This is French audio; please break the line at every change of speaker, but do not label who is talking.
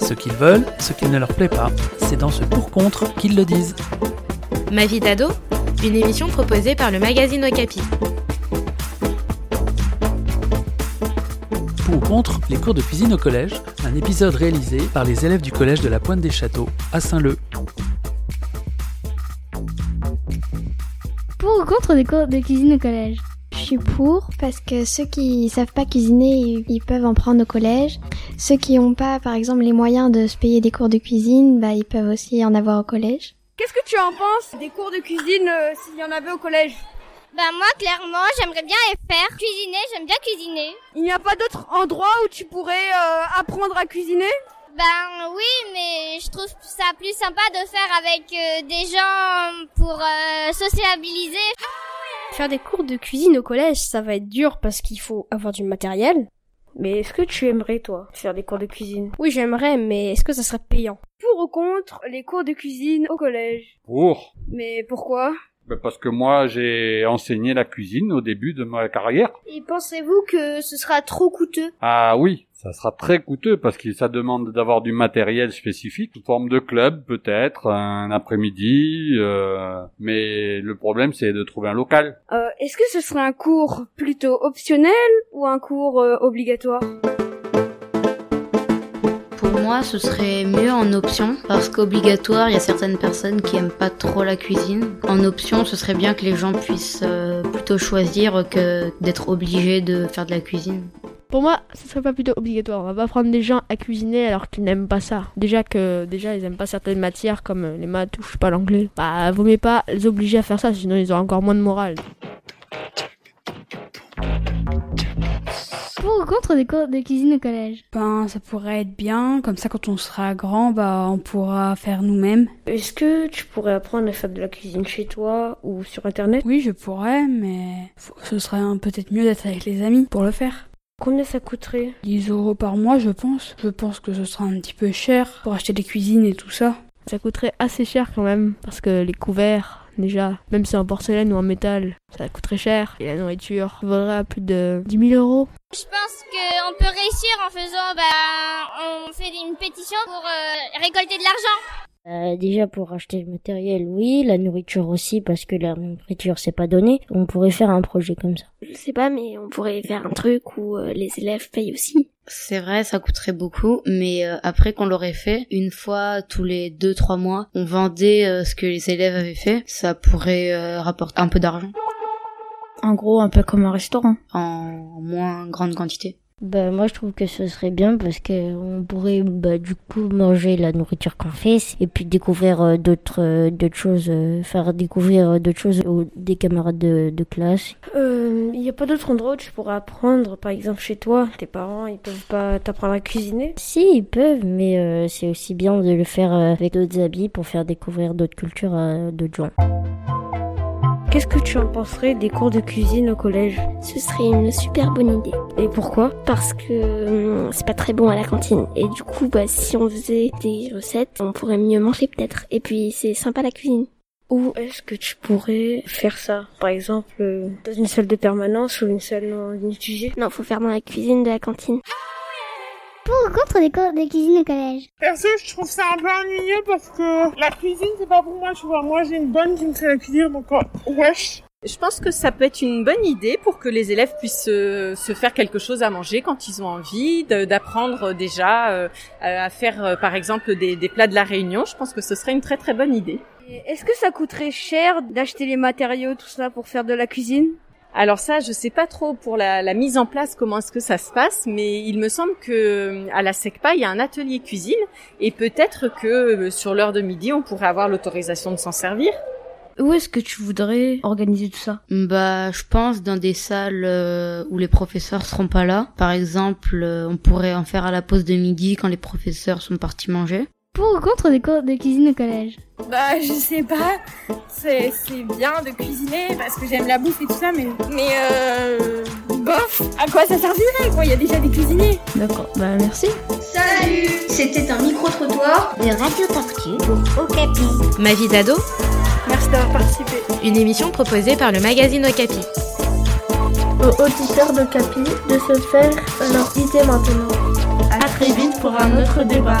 Ce qu'ils veulent, ce qui ne leur plaît pas, c'est dans ce pour-contre qu'ils le disent.
Ma vie d'ado, une émission proposée par le magazine Okapi.
Pour ou contre les cours de cuisine au collège, un épisode réalisé par les élèves du collège de la Pointe des Châteaux à Saint-Leu.
Pour ou contre des cours de cuisine au collège
Je suis pour parce que ceux qui savent pas cuisiner, ils- ils peuvent en prendre au collège. Ceux qui n'ont pas, par exemple, les moyens de se payer des cours de cuisine, bah, ils peuvent aussi en avoir au collège.
Qu'est-ce que tu en penses des cours de cuisine euh, s'il y en avait au collège
Bah moi clairement j'aimerais bien les faire. Cuisiner, j'aime bien cuisiner.
Il n'y a pas d'autre endroit où tu pourrais euh, apprendre à cuisiner
Ben oui mais je trouve ça plus sympa de faire avec euh, des gens pour euh, sociabiliser.
Faire des cours de cuisine au collège, ça va être dur parce qu'il faut avoir du matériel.
Mais est-ce que tu aimerais, toi, faire des cours de cuisine
Oui, j'aimerais, mais est-ce que ça serait payant
Pour ou contre les cours de cuisine au collège
Pour
Mais pourquoi
Bah, Parce que moi, j'ai enseigné la cuisine au début de ma carrière.
Et pensez-vous que ce sera trop coûteux
Ah oui, ça sera très coûteux parce que ça demande d'avoir du matériel spécifique, sous forme de club peut-être, un après-midi. euh, mais le problème, c'est de trouver un local.
euh, Est-ce que ce serait un cours plutôt optionnel ou un cours euh, obligatoire
Pour moi, ce serait mieux en option, parce qu'obligatoire, il y a certaines personnes qui aiment pas trop la cuisine. En option, ce serait bien que les gens puissent euh, plutôt choisir que d'être obligés de faire de la cuisine.
Pour moi, ce serait pas plutôt obligatoire. On va pas prendre des gens à cuisiner alors qu'ils n'aiment pas ça. Déjà que déjà ils aiment pas certaines matières comme euh, les maths ou je sais pas l'anglais. Bah, vaut mieux pas les obliger à faire ça, sinon ils auront encore moins de morale.
Pour ou contre des cours de cuisine au collège
Ben, ça pourrait être bien, comme ça quand on sera grand, bah on pourra faire nous-mêmes.
Est-ce que tu pourrais apprendre à faire de la cuisine chez toi ou sur internet
Oui, je pourrais, mais faut- ce serait hein, peut-être mieux d'être avec les amis pour le faire.
Combien ça coûterait
10 euros par mois, je pense. Je pense que ce sera un petit peu cher pour acheter des cuisines et tout ça.
Ça coûterait assez cher quand même, parce que les couverts, déjà, même si c'est en porcelaine ou en métal, ça coûterait cher. Et la nourriture vaudrait à plus de 10 000 euros.
Je pense qu'on peut réussir en faisant, bah, on fait une pétition pour euh, récolter de l'argent.
Euh, déjà pour acheter le matériel, oui, la nourriture aussi, parce que la nourriture c'est pas donné. On pourrait faire un projet comme ça.
Je sais pas, mais on pourrait faire un truc où euh, les élèves payent aussi.
C'est vrai, ça coûterait beaucoup, mais euh, après qu'on l'aurait fait, une fois tous les deux trois mois, on vendait euh, ce que les élèves avaient fait, ça pourrait euh, rapporter un peu d'argent
En gros, un peu comme un restaurant.
en moins grande quantité.
Bah moi je trouve que ce serait bien parce que on pourrait bah du coup manger la nourriture qu'on fait et puis découvrir euh, d'autres euh, d'autres choses, euh, faire découvrir euh, d'autres choses aux des camarades de, de classe.
Euh, il n'y a pas d'autre endroit où tu pourrais apprendre, par exemple chez toi. Tes parents, ils peuvent pas t'apprendre à cuisiner.
Si ils peuvent, mais euh, c'est aussi bien de le faire euh, avec d'autres habits pour faire découvrir d'autres cultures à d'autres gens.
Qu'est-ce que tu en penserais des cours de cuisine au collège
Ce serait une super bonne idée.
Et pourquoi
Parce que hum, c'est pas très bon à la cantine. Et du coup, bah, si on faisait des recettes, on pourrait mieux manger peut-être. Et puis c'est sympa la cuisine.
Où est-ce que tu pourrais faire ça Par exemple, euh, dans une salle de permanence ou une salle non utilisée
Non, faut faire dans la cuisine de la cantine.
Pour ou contre des cours de cuisine au collège
Perso, je trouve ça un peu ennuyeux parce que la cuisine, c'est pas pour moi, tu vois. Moi, j'ai une bonne qui me fait la cuisine, donc euh, wesh.
Je pense que ça peut être une bonne idée pour que les élèves puissent euh, se faire quelque chose à manger quand ils ont envie, de- d'apprendre déjà euh, à faire euh, par exemple des, des plats de la Réunion. Je pense que ce serait une très très bonne idée.
Et Est-ce que ça coûterait cher d'acheter les matériaux, tout ça, pour faire de la cuisine
Alors ça, je sais pas trop pour la, la mise en place comment est-ce que ça se passe, mais il me semble que euh, à la SECPA il y a un atelier cuisine et peut-être que euh, sur l'heure de midi on pourrait avoir l'autorisation de s'en servir.
Où est-ce que tu voudrais organiser tout ça Bah, je pense dans des salles euh, où les professeurs seront pas là. Par exemple, euh, on pourrait en faire à la pause de midi quand les professeurs sont partis manger.
Pour ou contre des cours de cuisine au collège
Bah, je sais pas. C'est c'est bien de cuisiner parce que j'aime la bouffe et tout ça, mais. Mais euh. Bof À quoi ça servirait, quoi Il y a déjà des cuisiniers
D'accord, bah merci.
Salut
C'était un micro-trottoir
de Radio Tortue pour Okapi. Ma vie d'ado,
Merci d'avoir participé.
une émission proposée par le magazine Okapi.
Aux auditeurs de Capi de se faire leur idée maintenant. À très vite pour un autre débat.